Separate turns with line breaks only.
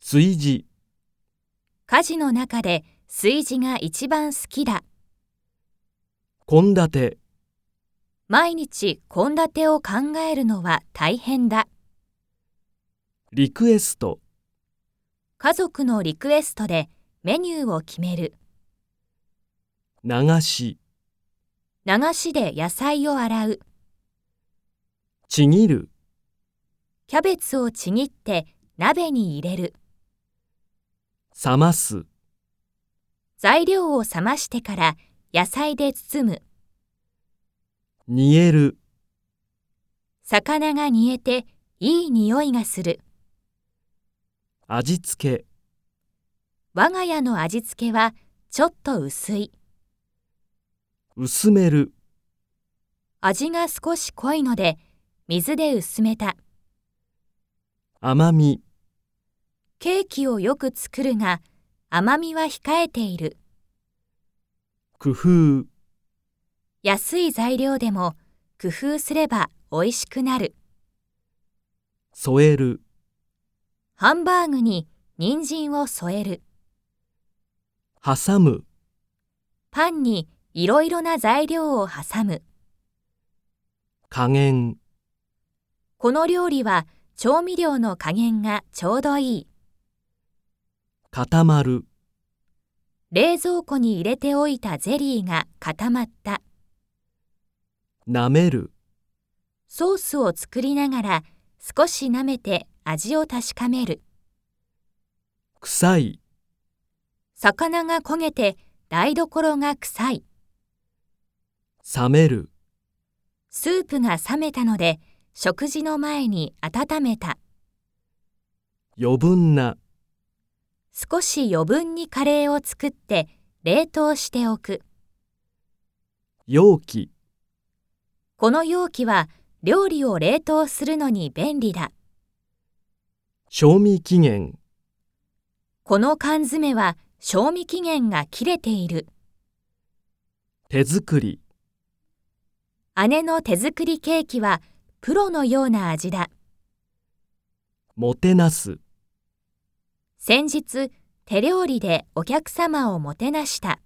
炊事、
家事の中で炊事が一番好きだ。
献立、
毎日献立を考えるのは大変だ。
リクエスト、
家族のリクエストでメニューを決める。
流し、
流しで野菜を洗う。
ちぎる、
キャベツをちぎって鍋に入れる。
冷ます、
材料を冷ましてから野菜で包む。
煮える、
魚が煮えていい匂いがする。
味付け、
我が家の味付けはちょっと薄い。
薄める、
味が少し濃いので水で薄めた。
甘み、
ケーキをよく作るが甘みは控えている。
工夫、
安い材料でも工夫すれば美味しくなる。
添える、
ハンバーグに人参を添える。
挟む、
パンにいろいろな材料を挟む。
加減、
この料理は調味料の加減がちょうどいい。
固まる、
冷蔵庫に入れておいたゼリーが固まった。
舐める、
ソースを作りながら少し舐めて味を確かめる。
臭い、
魚が焦げて台所が臭い。
冷める、
スープが冷めたので食事の前に温めた。
余分な、
少し余分にカレーを作って冷凍しておく。
容器、
この容器は料理を冷凍するのに便利だ。
賞味期限、
この缶詰は賞味期限が切れている。
手作り、
姉の手作りケーキはプロのような味だ。
もてなす。
先日手料理でお客様をもてなした。